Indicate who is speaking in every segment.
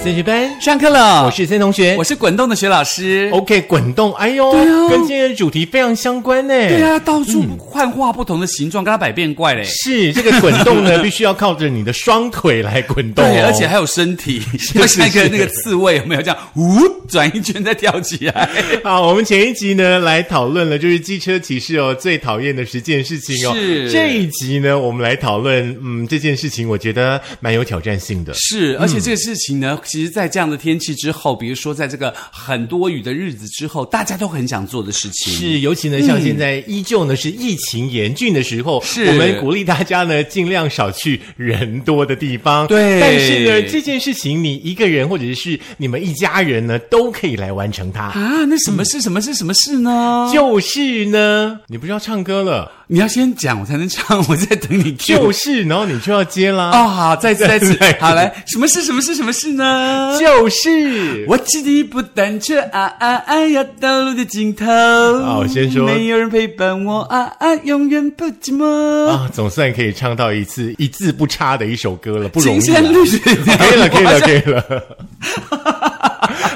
Speaker 1: C 级班，
Speaker 2: 上课了，
Speaker 1: 我是森同学，
Speaker 2: 我是滚动的学老师。
Speaker 1: OK 滚动，哎呦，
Speaker 2: 对啊
Speaker 1: 跟今天的主题非常相关呢。
Speaker 2: 对啊，到处幻化不同的形状，跟它百变怪嘞。
Speaker 1: 是这个滚动呢，必须要靠着你的双腿来滚动、
Speaker 2: 对，
Speaker 1: 哦，
Speaker 2: 而且还有身体， 就像一个那个刺猬，有没有这样？呜，转一圈再跳起来。
Speaker 1: 好，我们前一集呢来讨论了，就是机车骑士哦最讨厌的十件事情哦。
Speaker 2: 是
Speaker 1: 这一集呢，我们来讨论，嗯，这件事情我觉得蛮有挑战性的。
Speaker 2: 是，而且这个事情呢，其实，在这样的天气之后，比如说在这个很多雨的日子之后，大家都很想做的事情。
Speaker 1: 是，尤其呢，像现在依旧呢是疫情严峻的时候，
Speaker 2: 是
Speaker 1: 我们鼓励大家呢尽量少去人多的地方。
Speaker 2: 对
Speaker 1: 但是呢，这件事情你一个人或者是你们一家人呢都可以来完成它。
Speaker 2: 啊，那什么是什么是什么事呢？
Speaker 1: 就是呢，你不是要唱歌 了，
Speaker 2: 你要先讲，我才能唱，我在等你 Q。
Speaker 1: 就是，然后你就要接啦。
Speaker 2: 哦，好，再次 再次
Speaker 1: 再，次
Speaker 2: 好来，什么事什么事什么事呢？
Speaker 1: 就是，
Speaker 2: 哦我骑的一部单车啊啊啊，要到路的尽头。
Speaker 1: 啊我先说
Speaker 2: 没有人陪伴我啊啊，永远不寂寞。
Speaker 1: 啊，总算可以唱到一次一字不差的一首歌了，不容
Speaker 2: 金
Speaker 1: 易、
Speaker 2: 山
Speaker 1: 啊。
Speaker 2: 绿水 鸟，
Speaker 1: 可以了，可以
Speaker 2: 我
Speaker 1: 了，
Speaker 2: 好像
Speaker 1: 可以了。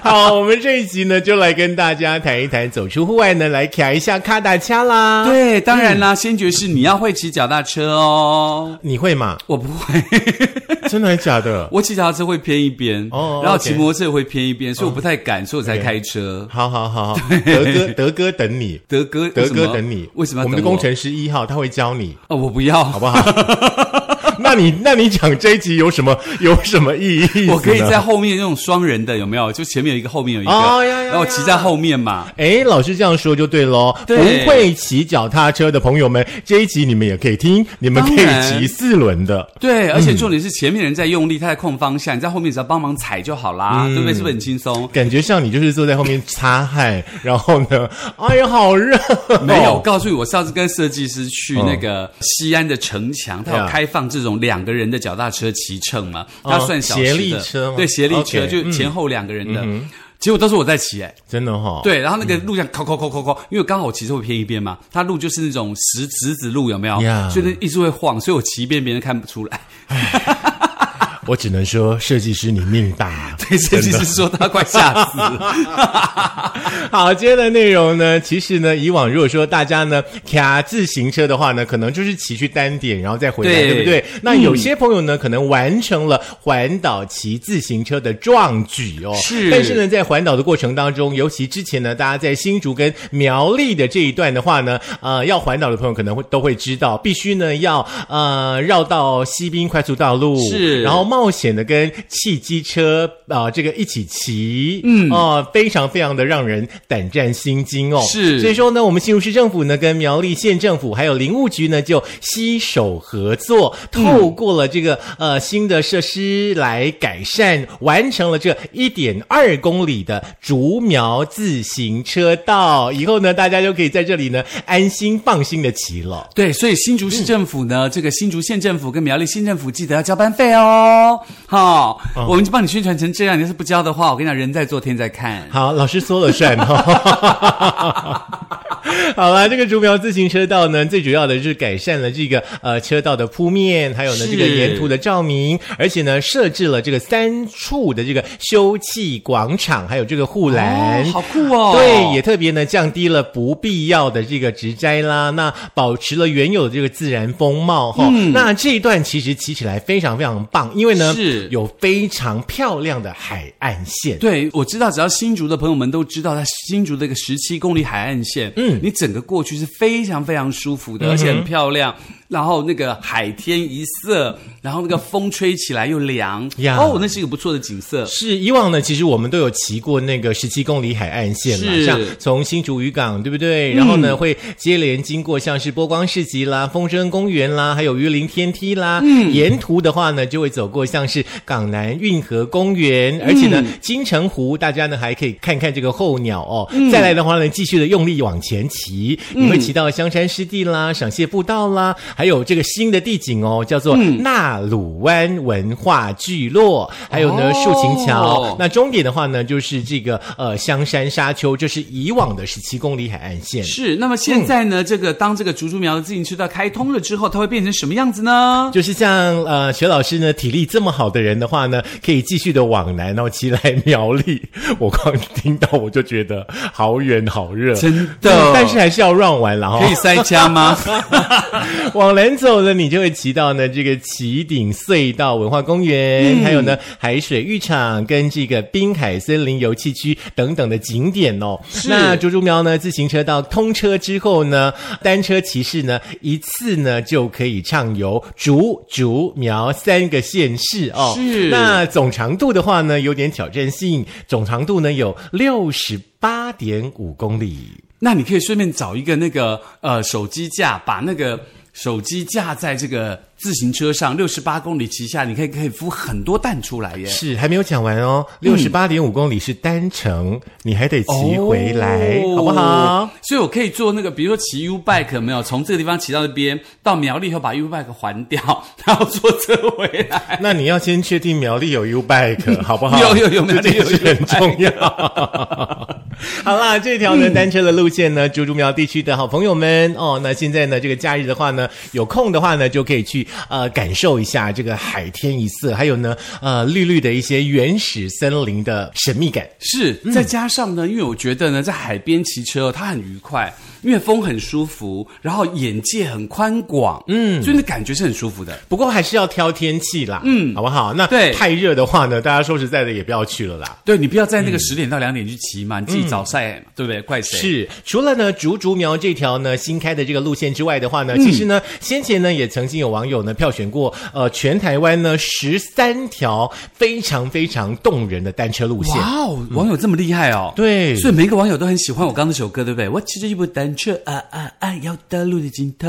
Speaker 1: 好，我们这一集呢，就来跟大家谈一谈，走出户外呢，来卡一下卡达恰啦。，
Speaker 2: 对，当然
Speaker 1: 嗯
Speaker 2: 啦，先决是你要会骑脚踏车哦。
Speaker 1: 你会吗？
Speaker 2: 我不会，
Speaker 1: 真的还是假的？
Speaker 2: 我骑脚踏车会偏一边，
Speaker 1: 哦
Speaker 2: 然
Speaker 1: OK
Speaker 2: 后
Speaker 1: 哦
Speaker 2: 骑摩托车也会偏一边，所以我不太敢，所以我才开车。
Speaker 1: 好好好，好，德哥，德哥等你，
Speaker 2: 德哥，
Speaker 1: 德
Speaker 2: 为
Speaker 1: 哥
Speaker 2: 什么
Speaker 1: 等你。
Speaker 2: 为什么要
Speaker 1: 我们的
Speaker 2: 等
Speaker 1: 工程师一号他会教你，
Speaker 2: 哦，我不要，
Speaker 1: 好不好？ 那你那你讲这一集有什么有什么意啊义呢？
Speaker 2: 我可以在后面那种双人的有没有？就前面有一个，后面有一个，
Speaker 1: 哦呀呀
Speaker 2: 然后我骑在后面嘛。
Speaker 1: 哎，老师这样说就对喽。不
Speaker 2: 对
Speaker 1: 会骑脚踏车的朋友们，这一集你们也可以听，你们可
Speaker 2: 当
Speaker 1: 以
Speaker 2: 然
Speaker 1: 骑四轮的。
Speaker 2: 对，而且重点是前面人在用力，他在控方向，你在后面只要帮忙踩就好啦，
Speaker 1: 嗯
Speaker 2: 对不对？是不是很轻松？
Speaker 1: 感觉像你就是坐在后面擦汗，然后 呢，哎呀，好热、
Speaker 2: 没有，我，告诉你，我上次跟设计师去那个西安的城墙，它
Speaker 1: 对啊
Speaker 2: 有开放这种两个人的脚踏车骑乘嘛，它
Speaker 1: 哦
Speaker 2: 算小
Speaker 1: 协
Speaker 2: 时
Speaker 1: 力
Speaker 2: 的
Speaker 1: 车吗
Speaker 2: 对，协力车
Speaker 1: OK，
Speaker 2: 就前后两个人的。结果都是我在骑哎、
Speaker 1: 真的哈、哦。，
Speaker 2: 对，然后那个路上扣扣扣扣扣，因为刚好我骑车会偏一边嘛，它路就是那种石石子路有没有
Speaker 1: Yeah
Speaker 2: 所以那一直会晃，所以我骑一遍别人看 不出来。
Speaker 1: 我只能说设计师你命大。
Speaker 2: 对，设计师说他快吓死了。
Speaker 1: 好，今天的内容呢，其实呢，以往如果说大家呢卡自行车的话呢，可能就是骑去单点，然后再回来，对
Speaker 2: 对嗯
Speaker 1: 不对？那有些朋友呢，可能完成了环岛骑自行车的壮举哦。
Speaker 2: 是
Speaker 1: 但是呢，在环岛的过程当中，尤其之前呢，大家在新竹跟苗栗的这一段的话呢，呃，要环岛的朋友可能会都会知道，必须呢要呃绕到西滨快速道路，
Speaker 2: 是
Speaker 1: 然后冒险的跟汽机车啊、呃这个一起骑，嗯，哦，非常非常的让人胆战心惊哦。
Speaker 2: 是
Speaker 1: 所以说呢，我们新竹市政府呢，跟苗栗县政府还有林务局呢，就携手合作，透过了这个、呃新的设施来改善，完成了这一点二公里的竹苗自行车道。以后呢，大家就可以在这里呢安心放心的骑了。
Speaker 2: 对，所以新竹市政府
Speaker 1: 嗯
Speaker 2: 呢，这个新竹县政府跟苗栗县政府记得要交班费哦。好、
Speaker 1: 嗯
Speaker 2: 我们就帮你宣传成这样，你要是不交的话，我跟你讲，人在做天在看。
Speaker 1: 好，老师缩了帅哦。 好啦，这个竹苗自行车道呢，最主要的是改善了这个呃车道的铺面，还有呢
Speaker 2: 是
Speaker 1: 这个沿途的照明，而且呢设置了这个三处的这个休憩广场，还有这个护栏。
Speaker 2: 哦好酷哦！
Speaker 1: 对，也特别呢降低了不必要的这个植栽啦，那保持了原有的这个自然风貌哈、
Speaker 2: 嗯
Speaker 1: 那这一段其实骑起来非常非常棒，因为呢
Speaker 2: 是
Speaker 1: 有非常漂亮的海岸线。
Speaker 2: 对，我知道，只要新竹的朋友们都知道，它新竹的一个十七公里海岸线，嗯，你整个过去是非常非常舒服
Speaker 1: 嗯
Speaker 2: 的，而且很漂亮。然后那个海天一色，然后那个风吹起来又凉，
Speaker 1: 呀
Speaker 2: 哦，那是一个不错的景色。
Speaker 1: 是以往呢，其实我们都有骑过那个十七公里海岸线嘛，
Speaker 2: 是
Speaker 1: 像从新竹渔港，对不对？然后呢，会接连经过像是波光市集啦、风筝公园啦，还有鱼鳞天梯啦。嗯，沿途的话呢，就会走过像是港南运河公园，而且呢，金城湖，大家呢还可以看看这个候鸟哦。再来的话呢，继续的用力往前骑，你会骑到香山湿地啦、赏蟹步道啦，还有。还有这个新的地景哦，叫做纳鲁湾文化聚落，还有呢竖琴
Speaker 2: 哦
Speaker 1: 桥。那终点的话呢，就是这个呃香山沙丘，这是以往的十七公里海岸线。
Speaker 2: 是，那么现在呢？这个当这个竹竹苗的自行车道开通了之后，它会变成什么样子呢？
Speaker 1: 就是像呃，学老师呢体力这么好的人的话呢，可以继续的往南，然后骑来苗栗。我光听到我就觉得好远好热，
Speaker 2: 真的
Speaker 1: 对但是还是要绕完了哈、
Speaker 2: 可以塞家吗？
Speaker 1: 往南走呢，你就会骑到呢这个旗顶隧道文化公园，还有呢海水浴场跟这个滨海森林游憩区等等的景点哦。那竹竹苗呢，自行车道通车之后呢，单车骑士呢一次呢就可以畅游竹竹苗三个县市哦。
Speaker 2: 是
Speaker 1: 那总长度的话呢，有点挑战性，总长度呢有六十八点五公里。
Speaker 2: 那你可以顺便找一个那个呃手机架，把那个手机架在这个自行车上，六十八公里骑下，你可以可以孵很多蛋出来耶。
Speaker 1: 是还没有讲完哦，
Speaker 2: 嗯
Speaker 1: 六十八点五公里是单程，你还得骑回来，
Speaker 2: 哦
Speaker 1: 好不好？？
Speaker 2: 所以我可以做那个，比如说骑 U bike 有没有？从这个地方骑到那边，到苗栗以后把 U bike 还掉，然后坐车回来。
Speaker 1: 那你要先确定苗栗有 U Bike，好不好？
Speaker 2: 有有有苗
Speaker 1: 这
Speaker 2: 栗有
Speaker 1: 件事
Speaker 2: U-bike
Speaker 1: 很重要。 好啦，这条呢单车的路线呢，竹竹苗地区的好朋友们哦，那现在呢这个假日的话呢，有空的话呢就可以去呃感受一下这个海天一色，还有呢呃绿绿的一些原始森林的神秘感。
Speaker 2: 是，再加上呢，因为我觉得呢，在海边骑车哦它很愉快，因为风很舒服，然后眼界很宽广，嗯，所以那感觉是很舒服的。
Speaker 1: 不过还是要挑天气啦，嗯，好不好？那
Speaker 2: 对
Speaker 1: 太热的话呢，大家说实在的也不要去了啦。
Speaker 2: 对你不要在那个十点到两点去骑嘛，你自己早晒嘛，对不对？怪谁？
Speaker 1: 是，除了呢竹竹苗这条呢新开的这个路线之外的
Speaker 2: 嗯
Speaker 1: 话呢，其实呢先前呢也曾经有网友呢票选过，呃，全台湾呢十三条非常非常动人的单车路线。
Speaker 2: 哇哦，网友这么厉害哦！
Speaker 1: 对
Speaker 2: 所以每一个网友都很喜欢我刚刚那首歌，对不对？我骑着一部单车啊啊啊，要到路的尽头。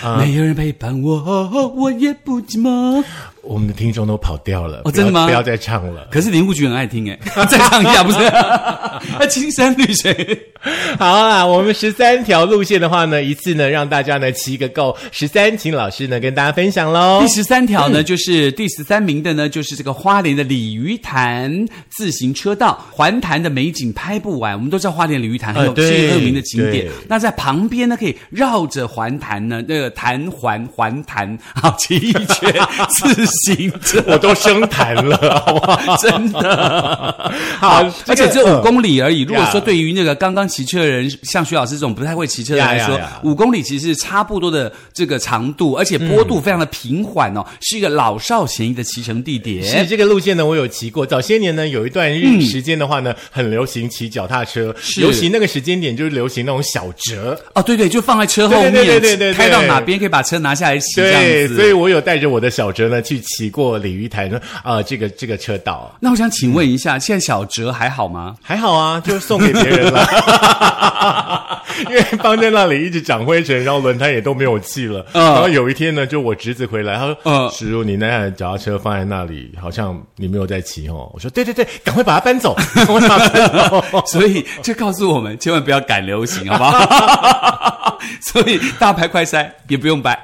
Speaker 1: 好，
Speaker 2: 没有人陪伴我，我也不寂寞。
Speaker 1: 我们的听众都跑掉了，
Speaker 2: 哦
Speaker 1: 不要
Speaker 2: 真的吗
Speaker 1: 不要再唱了。
Speaker 2: 可是林务局很爱听哎，再唱一下 不是？啊，青山绿水。
Speaker 1: 好啊，我们十三条路线的话呢，一次呢让大家呢骑个够。十三，请老师呢跟大家分享喽
Speaker 2: 第。十三条
Speaker 1: 嗯
Speaker 2: 呢，就是第十三名的呢，就是这个花莲的鲤鱼潭自行车道环潭的美景拍不完。我们都知道花莲鲤鱼潭很有
Speaker 1: 呃对
Speaker 2: 世界恶名的景点
Speaker 1: 对，
Speaker 2: 那在旁边呢，可以绕着环潭呢，那个潭环环潭，好 骑一圈自行车。
Speaker 1: 我都生痰了，好不 好？
Speaker 2: 真 的
Speaker 1: 好
Speaker 2: 而且只
Speaker 1: 这个嗯
Speaker 2: 有五公里而已。如果
Speaker 1: 呀
Speaker 2: 说对于那个刚刚骑车的人，像徐老师这种不太会骑车的
Speaker 1: 呀
Speaker 2: 来
Speaker 1: 呀
Speaker 2: 说
Speaker 1: 呀，
Speaker 2: 五公里其实是差不多的这个长度，而且坡度非常的平缓哦，是一个老少咸宜的骑乘地
Speaker 1: 嗯是
Speaker 2: 点。
Speaker 1: 这个路线呢，我有骑过。早些年呢，有一段日时间的话呢，很流行骑脚踏车，
Speaker 2: 是
Speaker 1: 尤其那个时间点就是流行那种小折。
Speaker 2: 哦，对对，就放在车后
Speaker 1: 对对对对
Speaker 2: 面，
Speaker 1: 对对
Speaker 2: 开到哪边可以把车拿下来骑这
Speaker 1: 对，
Speaker 2: 样
Speaker 1: 所
Speaker 2: 子。
Speaker 1: 以我有带着我的小折呢去骑过鲤鱼潭啊、呃这个这个车道。
Speaker 2: 那我想请问一下，现在小哲还好吗？
Speaker 1: 还好啊，就送给别人了， 因为放在那里一直长灰尘，然后轮胎也都没有气了。
Speaker 2: 嗯
Speaker 1: 然后有一天呢，就我侄子回来，他说：“
Speaker 2: 嗯
Speaker 1: 师傅，你那台脚踏车放在那里，好像你没有在骑哦。”我说：“对对对，赶快把它搬走，赶快把它搬走。”
Speaker 2: 所以这告诉我们，千万不要赶流行，好 不好？所以大排快塞也不用摆。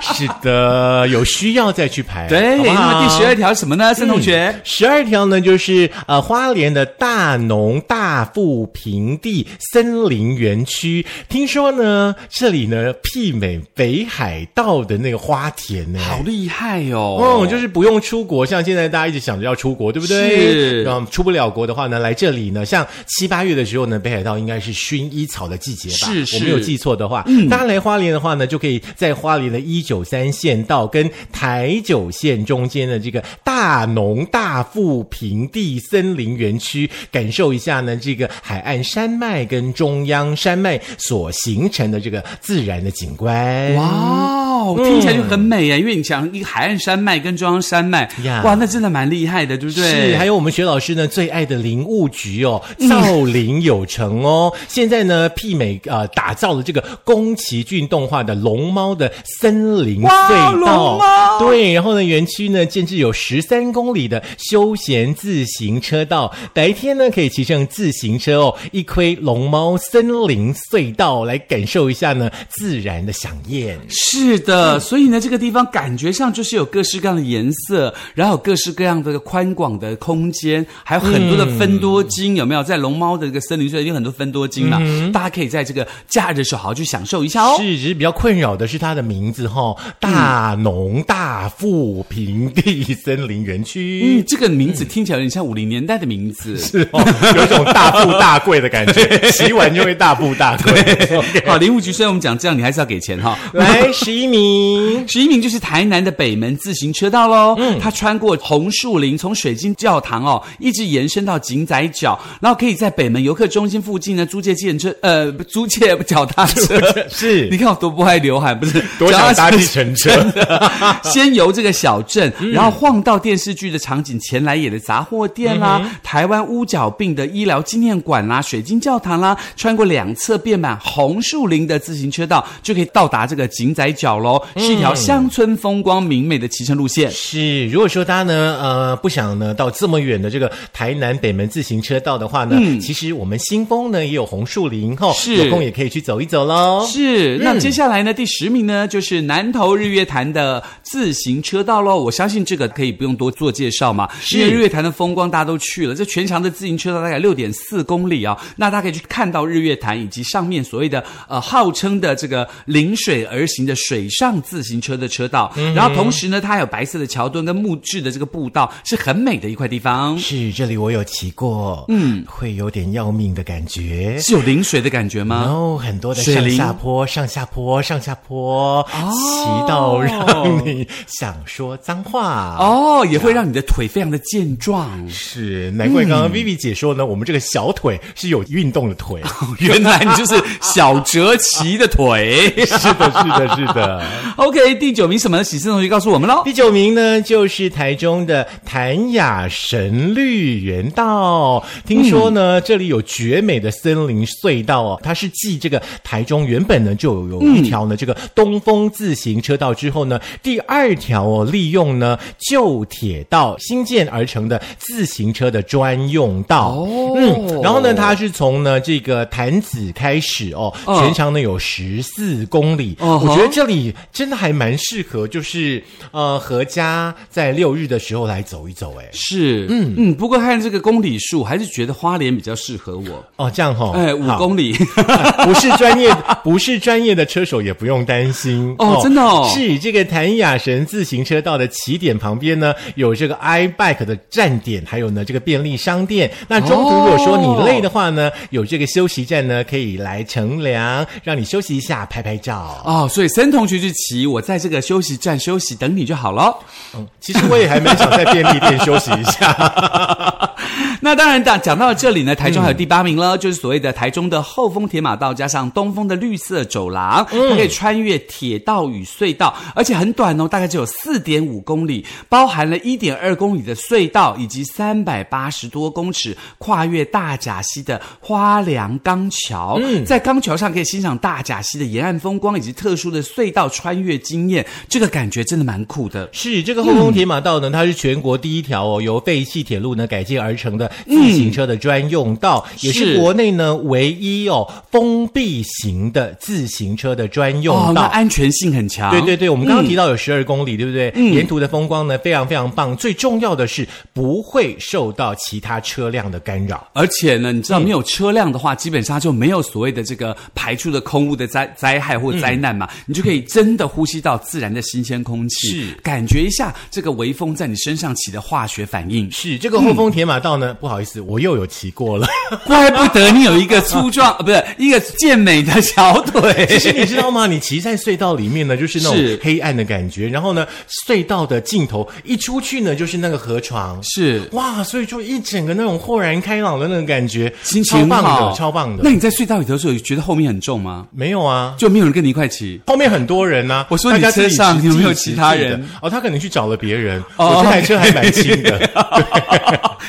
Speaker 1: 是的，有需要再去排。
Speaker 2: 对，
Speaker 1: 好不
Speaker 2: 那
Speaker 1: 好
Speaker 2: 么第十二条是什么呢？盛同学，
Speaker 1: 十二条呢，就是呃花莲的大农大富平地森林园区，听说呢这里呢媲美北海道的那个花田呢。
Speaker 2: 好厉害哟、哦！
Speaker 1: 哦，就是不用出国，像现在大家一直想着要出国，对不对？
Speaker 2: 是
Speaker 1: 然后出不了国的话呢，来这里呢，像七八月的时候呢，北海道应该是薰衣草的季节吧？
Speaker 2: 是是嗯
Speaker 1: 我没有记错的话，大家来花莲的话呢，就可以在花莲的一九三县道跟台九线中间的这个大农大富平地森林园区，感受一下呢这个海岸山脉跟中央山脉所形成的这个自然的景观。
Speaker 2: 哇哦！哦，听起来就很美哎，因为你想一个海岸山脉跟中央山脉
Speaker 1: 呀，
Speaker 2: 哇，那真的蛮厉害的，对不对？嗯
Speaker 1: 是，还有我们学老师呢最爱的林务局哦，造林有成哦。现在呢，媲美呃打造了这个宫崎骏动画的龙猫的森林
Speaker 2: 哇
Speaker 1: 隧
Speaker 2: 龙
Speaker 1: 道
Speaker 2: 猫，
Speaker 1: 对。然后呢，园区呢建制有十三公里的休闲自行车道，白天呢可以骑乘自行车哦，一窥龙猫森林隧道，来感受一下呢自然的响宴。
Speaker 2: 是的，所以呢，这个地方感觉上就是有各式各样的颜色，然后有各式各样的宽广的空间，还有很多的分多金，有没有？在龙猫的这个森林隧道有很多分多金嘛，大家可以在这个假日的时候好好去享受一下哦。
Speaker 1: 是，只是比较困扰的是它的名字哈、大农大富平地森林园区。
Speaker 2: 嗯，这个名字听起来有点像五零年代的名字。
Speaker 1: 是哦，有一种大富大贵的感 觉，洗碗就会大富大贵。OK
Speaker 2: 好，林务局虽然我们讲这样，你还是要给钱哈、
Speaker 1: 来，十一名，
Speaker 2: 十一名就是台南的北门自行车道喽，
Speaker 1: 嗯
Speaker 2: 它穿过红树林，从水晶教堂哦，一直延伸到井仔角，然后可以在北门游客中心附近呢租借自行车，呃，不租借脚踏车。
Speaker 1: 是
Speaker 2: 你看我多不爱刘海，不是
Speaker 1: 多想搭
Speaker 2: 脚
Speaker 1: 计
Speaker 2: 踏车
Speaker 1: 程车。
Speaker 2: 先由这个小镇，然后晃到电视剧的场景前来演的杂货店啦、台湾乌角病的医疗纪念馆啦、水晶教堂啦，穿过两侧遍满红树林的自行车道，就可以到达这个井仔角喽，是一条乡村风光明媚的骑乘路线。
Speaker 1: 是，如果说大家呢，呃，不想呢到这么远的这个台南北门自行车道的话呢，其实我们新丰呢也有红树林哈，
Speaker 2: 是
Speaker 1: 有空也可以去走一走喽。
Speaker 2: 是，那接下来呢？第十名呢，就是南投日月潭的自行车道喽。我相信这个可以不用多做介绍嘛，因为日月潭的风光大家都去了。这全长的自行车道大概六点四公里啊、那大家可以去看到日月潭以及上面所谓的呃号称的这个临水而行的水上自行车的车道。然后同时呢，它还有白色的桥墩跟木质的这个步道，是很美的一块地方。
Speaker 1: 是，这里我有骑过，嗯，会有点要命的感觉。
Speaker 2: 是有临水的感觉吗？
Speaker 1: 然后很多的
Speaker 2: 水
Speaker 1: 上
Speaker 2: 林
Speaker 1: 下坡、上下坡、上下坡，骑到让你想说脏话。
Speaker 2: 哦，也会让你的腿非常的健壮。
Speaker 1: 是，难怪刚刚 Vivi 姐说呢，我们这个小腿是有运动的腿。
Speaker 2: 原来你就是小哲奇的腿。
Speaker 1: 是的，是的，是的。
Speaker 2: OK，第九名什么？喜事同学告诉我们喽。
Speaker 1: 第九名呢，就是台中的谭雅神绿园道。听说
Speaker 2: 嗯
Speaker 1: 呢，这里有绝美的森林隧道哦，它是继这个台中原本呢就有一条呢、这个东风自行车道之后呢，第二条哦，利用呢旧铁道新建而成的自行车的专用道。
Speaker 2: 哦
Speaker 1: 嗯，然后呢，它是从呢这个潭子开始哦，
Speaker 2: 嗯
Speaker 1: 全长呢有十四公里。
Speaker 2: 嗯
Speaker 1: 我
Speaker 2: 哼
Speaker 1: 觉得这里真的还蛮适合，就是呃，合家在六日的时候来走一走，哎，
Speaker 2: 是，嗯嗯，不过看这个公里数，还是觉得花莲比较适合我。
Speaker 1: 哦，这样吼，
Speaker 2: 哎，五
Speaker 1: 好，
Speaker 2: 公里，
Speaker 1: 不是专业，不是专业的车手也不用担心
Speaker 2: 哦真的哦
Speaker 1: 是这个谭雅神自行车道的起点旁边呢，有这个 i bike 的站点，还有呢这个便利商店。那中途如果说你累的话呢，有这个休息站呢，可以来乘凉，让你休息一下，拍拍照。
Speaker 2: 哦，所以森同学去骑，我在这个休息站休息等你就好了。
Speaker 1: 其实我也还蛮想在便利店休息一下。
Speaker 2: 那当然，讲讲到这里呢，台中还有第八名了，就是所谓的台中的后丰铁马道加上东风的绿色走廊，它可以穿越铁道与隧道，而且很短哦，大概只有四点五公里，包含了一点二公里的隧道以及三百八十多公尺跨越大甲溪的花梁钢桥。在钢桥上可以欣赏大甲溪的沿岸风光以及特殊的隧道穿越经验，这个感觉真的蛮酷的。
Speaker 1: 是这个后宫铁马道呢，它是全国第一条哦，由废弃铁路呢改建而成的自行车的专用道，也是
Speaker 2: 是
Speaker 1: 国内呢唯一哦封闭型的自行车的专
Speaker 2: 哦
Speaker 1: 用，
Speaker 2: 那
Speaker 1: 道。
Speaker 2: 安全性很强。
Speaker 1: 对对对，我们刚刚提到有十二公里，对不对？沿途的风光呢非常非常棒，最重要的是不会受到其他车辆的干扰。
Speaker 2: 而且呢，你知道没有车辆的话，基本上就没有所谓的这个排出的空污的灾灾害或灾难嘛，你就可以真的呼吸到自然的新鲜空
Speaker 1: 嗯
Speaker 2: 气，
Speaker 1: 是
Speaker 2: 感觉一下这个微风在你身上起的化学反应。
Speaker 1: 是这个后丰铁马道到呢，不好意思，我又有骑过了。
Speaker 2: 怪不得你有一个粗壮， 啊不是一个健美的小
Speaker 1: 其实
Speaker 2: 腿。
Speaker 1: 你知道吗？你骑在隧道里面呢，就是那种
Speaker 2: 是
Speaker 1: 黑暗的感觉，然后呢，隧道的尽头一出去呢，就是那个河床。
Speaker 2: 是
Speaker 1: 哇，所以就一整个那种豁然开朗的那种感觉，
Speaker 2: 心情
Speaker 1: 超棒
Speaker 2: 好
Speaker 1: 的，超棒的
Speaker 2: 那。你在隧道里头的时候，觉得后面很重吗？
Speaker 1: 没有啊，
Speaker 2: 就没有人跟你一块骑？
Speaker 1: 后面很多人呢、
Speaker 2: 我说
Speaker 1: 大
Speaker 2: 你
Speaker 1: 家自己
Speaker 2: 车上
Speaker 1: 实际
Speaker 2: 有没有
Speaker 1: 实际
Speaker 2: 其他
Speaker 1: 的
Speaker 2: 人？
Speaker 1: 哦，他可能去找了别人。
Speaker 2: 哦
Speaker 1: 我这台车还蛮轻的，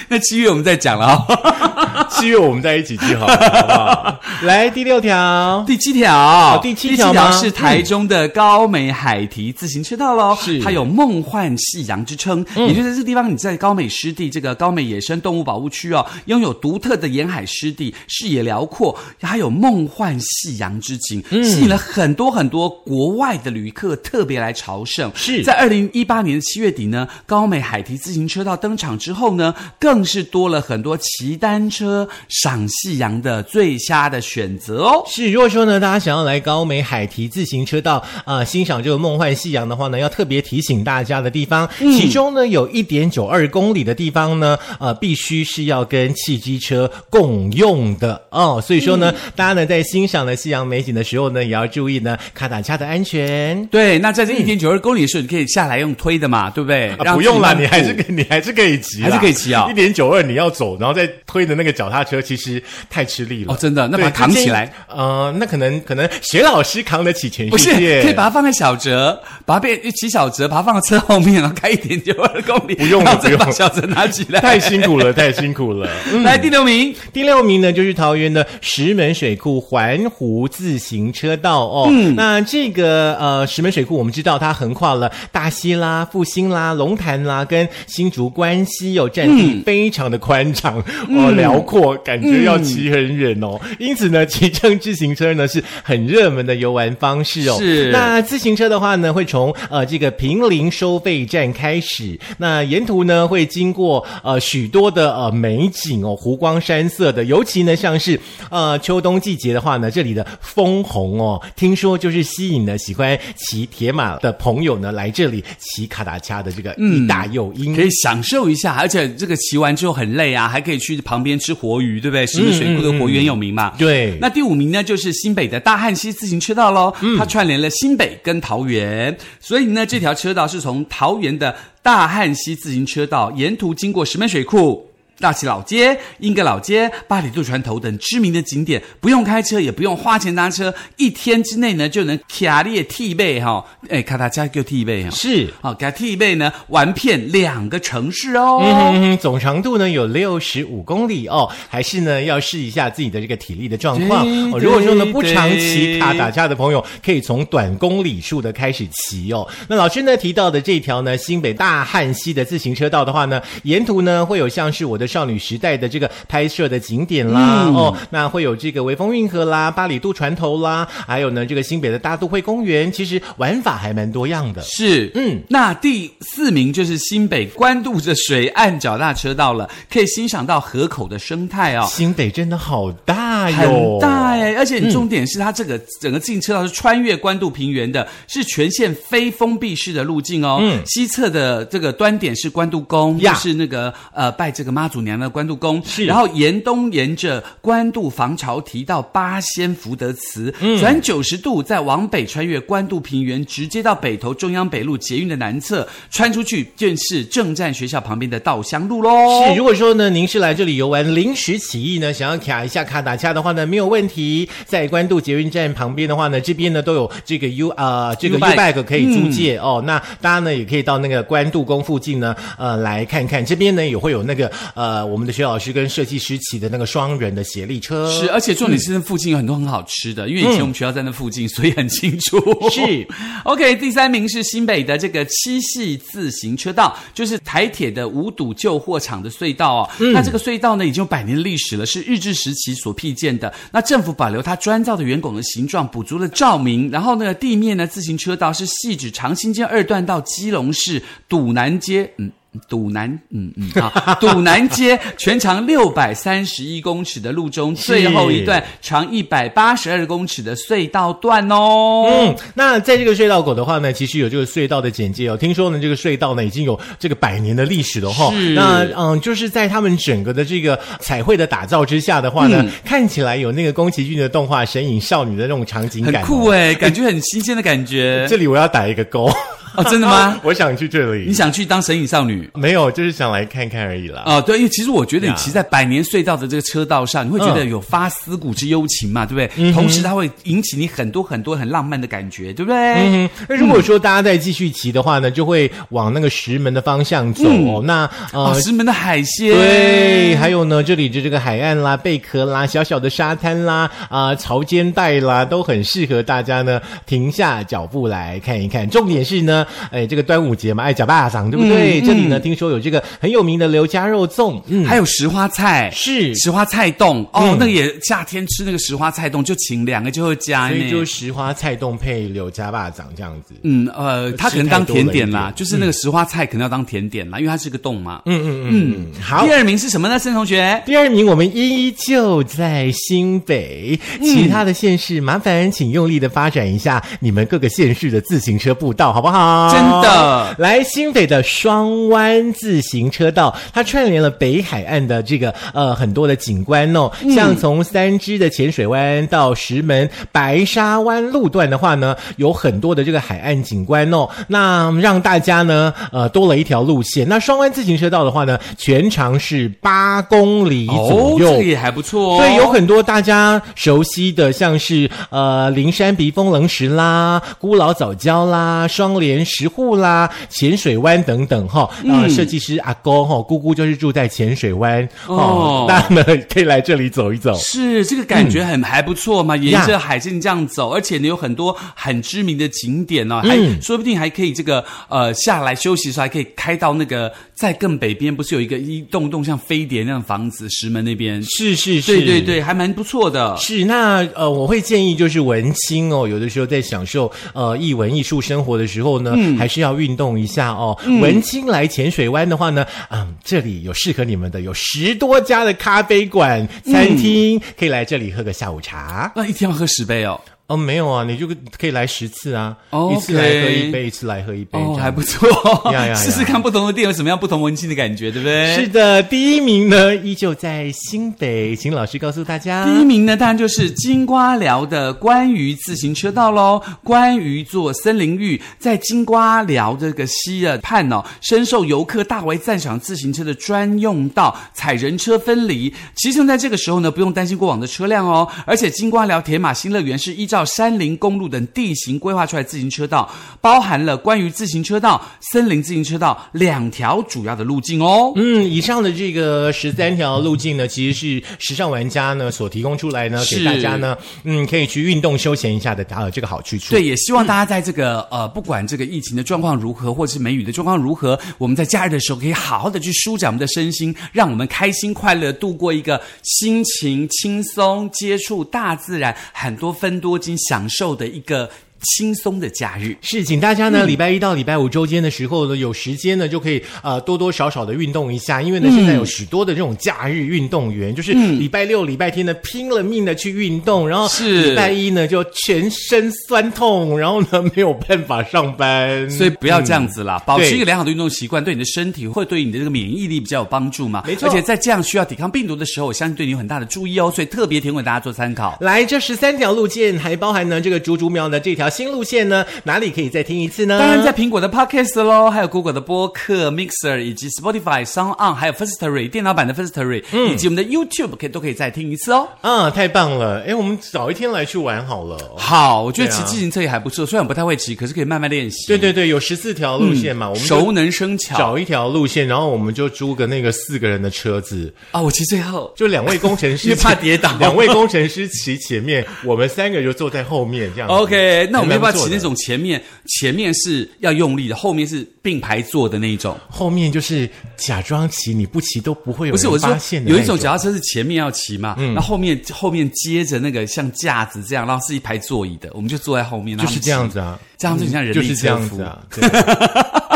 Speaker 2: 那七月我们再讲了啊。
Speaker 1: 七月我们在一起去好了，好不 好？来第六条，
Speaker 2: 第七条，
Speaker 1: 哦第七条吗
Speaker 2: 是台中的高美海堤自行车道喽，
Speaker 1: 嗯是嗯
Speaker 2: 它有梦幻夕阳之称，也就是这地方你在高美湿地这个高美野生动物保护区哦，拥有独特的沿海湿地，视野辽阔，还有梦幻夕阳之景，
Speaker 1: 嗯
Speaker 2: 吸引了很多很多国外的旅客特别来朝圣。
Speaker 1: 是
Speaker 2: 在二零一八年的七月底呢，高美海堤自行车道登场之后呢，更是多了很多骑单车赏夕阳的最佳的选择哦。
Speaker 1: 是，如果说呢，大家想要来高美海堤自行车道啊、呃欣赏这个梦幻夕阳的话呢，要特别提醒大家的地方，其中呢有一点九二公里的地方呢，呃，必须是要跟汽机车共用的哦。所以说呢，大家呢在欣赏了夕阳美景的时候呢，也要注意呢卡打恰的安全。
Speaker 2: 对，那在这一点九二公里的时候，你可以下来用推的嘛，对不对？
Speaker 1: 啊、不用啦，
Speaker 2: 了，
Speaker 1: 你还是可以你还是可以骑啦，
Speaker 2: 还是可以骑啊
Speaker 1: 一点九二你要走，然后再推的那个脚踏车，其实太吃力了。
Speaker 2: 哦真的那把它
Speaker 1: 对
Speaker 2: 扛起来。
Speaker 1: 就建议呃，那可能可能学老师扛得起全
Speaker 2: 不
Speaker 1: 世
Speaker 2: 是
Speaker 1: 界，
Speaker 2: 可以把它放在小折，把它变骑小折，把它放到车后面，然后开一点九二公里，不
Speaker 1: 用了
Speaker 2: 再
Speaker 1: 不
Speaker 2: 把
Speaker 1: 用
Speaker 2: 小折拿起来。
Speaker 1: 太辛苦嗯了，太辛苦了。
Speaker 2: 来第六名，
Speaker 1: 第六名呢，就是桃园的石门水库环湖自行车道哦。那这个呃石门水库，我们知道它横跨了大溪啦、复兴啦、龙潭啦，跟新竹关西有占地非常的宽敞、哦，辽阔，感觉要骑很远哦。因此呢，骑乘自行车呢是很热门的游玩方式哦。
Speaker 2: 是
Speaker 1: 那那自行车的话呢，会从呃这个平林收费站开始，那沿途呢会经过呃许多的呃美景哦，湖光山色的，尤其呢像是呃秋冬季节的话呢，这里的枫红哦，听说就是吸引了喜欢骑铁马的朋友呢来这里骑卡达恰的这个一大诱因。
Speaker 2: 嗯可以享受一下，而且这个骑完之后很累啊，还可以去旁边吃活鱼，对不对？石门水库的活鱼很有名嘛。
Speaker 1: 对
Speaker 2: 那第五名呢，就是新北的大汉溪自行车道喽，
Speaker 1: 嗯
Speaker 2: 它串联了新北跟桃园，所以呢，这条车道是从桃园的大汉溪自行车道，沿途经过石门水库。大溪老街、英格老街、八里渡船头等知名的景点，不用开车，也不用花钱搭车，一天之内呢就能卡列替背哈，哎，卡达加就替背哈，
Speaker 1: 是。
Speaker 2: 好，给它替背呢，玩遍两个城市哦。
Speaker 1: 嗯哼哼，总长度呢有六十五公里哦，还是呢要试一下自己的这个体力的状况
Speaker 2: 对
Speaker 1: 哦。如果说呢
Speaker 2: 对
Speaker 1: 不常骑
Speaker 2: 对
Speaker 1: 卡打架的朋友，可以从短公里数的开始骑哦。那老师呢提到的这条呢新北大汉溪的自行车道的话呢，沿途呢会有像是我的少女时代的这个拍摄的景点啦、
Speaker 2: 嗯
Speaker 1: 哦，那会有这个潍坊运河啦、八里渡船头啦，还有呢这个新北的大都会公园，其实玩法还蛮多样的。
Speaker 2: 是，
Speaker 1: 嗯，
Speaker 2: 那第四名就是新北关渡着水岸脚踏车道了，可以欣赏到河口的生态哦。
Speaker 1: 新北真的好大哟，嗯
Speaker 2: 很大哎、而且重点是它这个、整个自行车道是穿越关渡平原的，是全线非封闭式的路径哦。
Speaker 1: 嗯
Speaker 2: 西侧的这个端点是关渡宫，就
Speaker 1: 呀
Speaker 2: 是那个呃拜这个妈祖娘的关渡宫。
Speaker 1: 是
Speaker 2: 然后沿东沿着关渡防潮堤到八仙福德祠，
Speaker 1: 嗯
Speaker 2: 转九十度再往北穿越关渡平原，直接到北投中央北路捷运的南侧，穿出去就是正站学校旁边的稻香路喽。
Speaker 1: 是，如果说呢，您是来这里游玩临时起意呢，想要卡一下卡打卡的话呢，没有问题。在关渡捷运站旁边的话呢，这边呢都有这个 U 啊、这个 U
Speaker 2: U-bike
Speaker 1: bike 可以租借、哦。那大家呢也可以到那个关渡宫附近呢，呃，来看看。这边呢也会有那个呃，我们的薛老师跟设计师骑的那个双人的协力车。
Speaker 2: 是，而且重点是那附近有很多很好吃的，因为以前我们学校在那附近，所以很清楚。
Speaker 1: 是
Speaker 2: ，OK，第三名是新北的这个七系自行车道，就是台铁的五堵旧货场的隧道哦。那这个隧道呢，已经有百年的历史了，是日治时期所辟建的。那政府保留它砖造的圆拱的形状，补足了照明。然后呢，地面呢，自行车道是细指长新街二段到基隆市堵南街，嗯。堵南，嗯嗯啊，堵南街全长六百三十一公尺的路中最后一段长一百八十二公尺的隧道段哦。
Speaker 1: 嗯，那在这个隧道口的话呢，其实有这个隧道的简介哦。听说呢，这个隧道呢已经有这个百年的历史了哈、哦。
Speaker 2: 是
Speaker 1: 那嗯，就是在他们整个的这个彩绘的打造之下的话呢，看起来有那个宫崎骏的动画《神隐少女》的那种场景
Speaker 2: 很
Speaker 1: 感、哦，
Speaker 2: 酷哎、感觉很新鲜的感觉
Speaker 1: 这里我要打一个勾，
Speaker 2: 哦，真的吗？
Speaker 1: 我想去这
Speaker 2: 你
Speaker 1: 里。
Speaker 2: 想去当神隐少女？
Speaker 1: 没有，就是想来看看而已啦。
Speaker 2: 啊、对，因为其实我觉得你
Speaker 1: 呀嗯
Speaker 2: 骑在百年隧道的这个车道上，你会觉得有发思古之幽情嘛，对不对？同时它会引起你很多很多很浪漫的感觉，对不对？
Speaker 1: 嗯，那如果说大家再继续骑的话呢，就会往那个石门的方向走哦。那
Speaker 2: 哦，
Speaker 1: 呃，
Speaker 2: 石门的海鲜，
Speaker 1: 对，还有呢，这里的这个海岸啦、贝壳啦、小小的沙滩啦、啊、潮间带啦，都很适合大家呢停下脚步来看一看。重点是呢，哎，这个端午节嘛，爱假巴掌，对不
Speaker 2: 嗯
Speaker 1: 对？这里呢，听说有这个很有名的刘家肉粽，嗯，
Speaker 2: 还有石花菜，
Speaker 1: 是
Speaker 2: 石花菜冻哦，
Speaker 1: 嗯
Speaker 2: 那个也夏天吃那个石花菜冻就请两个就会加
Speaker 1: 所以
Speaker 2: 呢。
Speaker 1: 就石花菜冻配刘家巴掌这样子。
Speaker 2: 嗯呃，它可能当甜点
Speaker 1: 吃太多了
Speaker 2: 啦，
Speaker 1: 一点
Speaker 2: 就是那个石花菜可能要当甜点啦，因为它是个冻嘛。嗯，
Speaker 1: 嗯嗯嗯，好
Speaker 2: 第。二名是什么呢？森同学，
Speaker 1: 第二名，我们依旧在新北，
Speaker 2: 嗯
Speaker 1: 其他的县市麻烦请用力的发展一下你们各个县市的自行车步道，好不好？
Speaker 2: 真的
Speaker 1: 来新北的双湾自行车道，它串联了北海岸的这个呃很多的景观哦，像从三支的浅水湾到石门白沙湾路段的话呢，有很多的这个海岸景观哦，那让大家呢呃多了一条路线。那双湾自行车道的话呢，全长是八公里
Speaker 2: 哦，
Speaker 1: 左右。
Speaker 2: 这个也还不错哦。
Speaker 1: 对，有很多大家熟悉的，像是呃灵山鼻风棱石啦、孤老早礁啦、双连石户啦、浅水湾等等哈。啊、设计师阿公哈、姑姑就是住在浅水湾
Speaker 2: 哦
Speaker 1: 哦，大家呢可以来这里走一走。
Speaker 2: 是这个感觉很还不错嘛，沿着
Speaker 1: 呀
Speaker 2: 海线这样走，而且呢有很多很知名的景点哦，还、
Speaker 1: 嗯
Speaker 2: 说不定还可以这个呃下来休息的时候还可以开到那个在更北边，不是有一个一栋栋像飞碟那样的房子，石门那边，
Speaker 1: 是是
Speaker 2: 对对对，还蛮不错的。
Speaker 1: 是，那呃，我会建议就是文青哦，有的时候在享受呃艺文艺术生活的时候呢，
Speaker 2: 嗯
Speaker 1: 还是要运动一下哦。文青来浅水湾的话呢，嗯，这里有适合你们的，有十多家的咖啡馆、餐厅，
Speaker 2: 嗯
Speaker 1: 可以来这里喝个下午茶。
Speaker 2: 那一天要喝十杯哦，
Speaker 1: 哦，没有啊，你就可以来十次啊，
Speaker 2: OK
Speaker 1: 一次来喝一杯，一次来喝一杯，
Speaker 2: 哦，
Speaker 1: 这
Speaker 2: 还
Speaker 1: 样。
Speaker 2: 不错，
Speaker 1: 呀呀呀
Speaker 2: 试试看不同的店有什么样不同文青的感觉，对不对？
Speaker 1: 是的，第一名呢依旧在新北，请老师告诉大家。
Speaker 2: 第一名呢，当然就是金瓜寮的关于自行车道喽。关于做森林浴，在金瓜寮这个西的畔哦，深受游客大为赞赏自行车的专用道，踩人车分离。骑乘在这个时候呢，不用担心过往的车辆哦。而且金瓜寮铁马新乐园是依照山林公路等地形规划出来的自行车道，包含了关于自行车道、森林自行车道两条主要的路径哦。
Speaker 1: 嗯，以上的这个十三条路径呢，其实是时尚玩家呢所提供出来呢，
Speaker 2: 是
Speaker 1: 给大家呢，嗯，可以去运动休闲一下的呃这个好去处。
Speaker 2: 对，也希望大家在这个、呃，不管这个疫情的状况如何，或者是梅雨的状况如何，我们在假日的时候可以好好的去舒展我们的身心，让我们开心快乐度过一个心情轻松、接触大自然、很多分多金、享受的一个轻松的假日。
Speaker 1: 是，请大
Speaker 2: 嗯
Speaker 1: 家呢，礼拜一到礼拜五周间的时候呢，有时间呢就可以呃多多少少的运动一下，因为呢、现
Speaker 2: 嗯
Speaker 1: 在有许多的这种假日运动员，就是礼拜六、礼拜天呢拼了命的去运动，然后
Speaker 2: 是
Speaker 1: 礼拜一呢就全身酸痛，然后呢没有办法上班，
Speaker 2: 所以不要这样子啦，保
Speaker 1: 嗯
Speaker 2: 持
Speaker 1: 对
Speaker 2: 一个良好的运动习惯，对你的身体会对你的这个免疫力比较有帮助嘛。
Speaker 1: 没错
Speaker 2: 而且在这样需要抵抗病毒的时候，我相信对你有很大的注意哦。所以特别提供给大家做参考。
Speaker 1: 来，这十三条路线还包含呢这个竹竹苗的这条新路线呢，哪里可以再听一次呢？
Speaker 2: 当然，在苹果的 Podcast 喽，还有 Google 的播客 Mixer，以及 Spotify、Sound On，还有 Firstory 电脑版的 Firstory，、以
Speaker 1: 嗯
Speaker 2: 及我们的 YouTube 可以都可以再听一次哦。
Speaker 1: 啊，太棒了！哎，我们早一天来去玩好了。
Speaker 2: 好，我觉得
Speaker 1: 对
Speaker 2: 骑
Speaker 1: 啊
Speaker 2: 自行车也还不错，虽然不太会骑，可是可以慢慢练习。
Speaker 1: 对对对，有十四条路线嘛，
Speaker 2: 嗯
Speaker 1: 我们就
Speaker 2: 熟能生巧
Speaker 1: 找一条路线，然后我们就租个那个四个人的车子，
Speaker 2: 啊！我骑最后，
Speaker 1: 就两位工程
Speaker 2: 因
Speaker 1: 师
Speaker 2: 为怕跌倒
Speaker 1: 两位工程师骑前面，我们三个就坐在后面这样子。
Speaker 2: OK，那我们要不要
Speaker 1: 还蛮
Speaker 2: 骑
Speaker 1: 错的
Speaker 2: 那？种前面前面是要用力的，后面是并排坐的那一种？
Speaker 1: 后面就是假装骑，你不骑都不会有
Speaker 2: 不是，我
Speaker 1: 人
Speaker 2: 是
Speaker 1: 发
Speaker 2: 说
Speaker 1: 现的
Speaker 2: 有一
Speaker 1: 那嗯
Speaker 2: 种脚踏车是前面要骑嘛，那、后面后面接着那个像架子这样，然后是一排座椅的，我们就坐在后面，然
Speaker 1: 就
Speaker 2: 后
Speaker 1: 是这样
Speaker 2: 子，
Speaker 1: 子啊，
Speaker 2: 这样就很像人
Speaker 1: 就
Speaker 2: 力
Speaker 1: 是这
Speaker 2: 车
Speaker 1: 样
Speaker 2: 夫
Speaker 1: 子。啊。对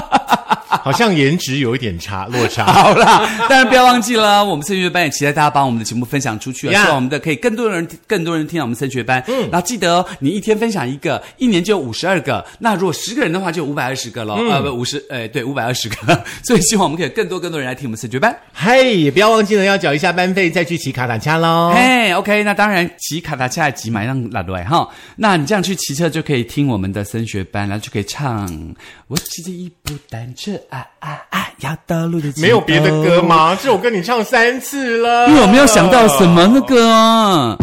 Speaker 1: 好像颜值有一点差落 差。
Speaker 2: 好啦，当然不要忘记了，我们升学班也期待大家把我们的节目分享出去，啊
Speaker 1: Yeah
Speaker 2: 希望我们的可以更多人更多人听到我们升学班。嗯，然后记得、哦、你一天分享一个，一年就有五十二个，那如果十个人的话就五百二十个喽，
Speaker 1: 嗯
Speaker 2: 呃不五十，呃对五百二十个， 所以希望我们可以更多更多人来听我们升学班。
Speaker 1: 嘿，也不要忘记了要缴一下班费，再去骑卡打恰喽。
Speaker 2: 哎、o k 那当然骑卡达恰骑买让拉来哈，那你这样去骑车就可以听我们的升学班，然后就可以唱我骑着一部单车啊啊啊，要到路的尽头
Speaker 1: 没有别的歌？吗？这首歌你唱三次了，
Speaker 2: 因为我没有想到什么那个、啊。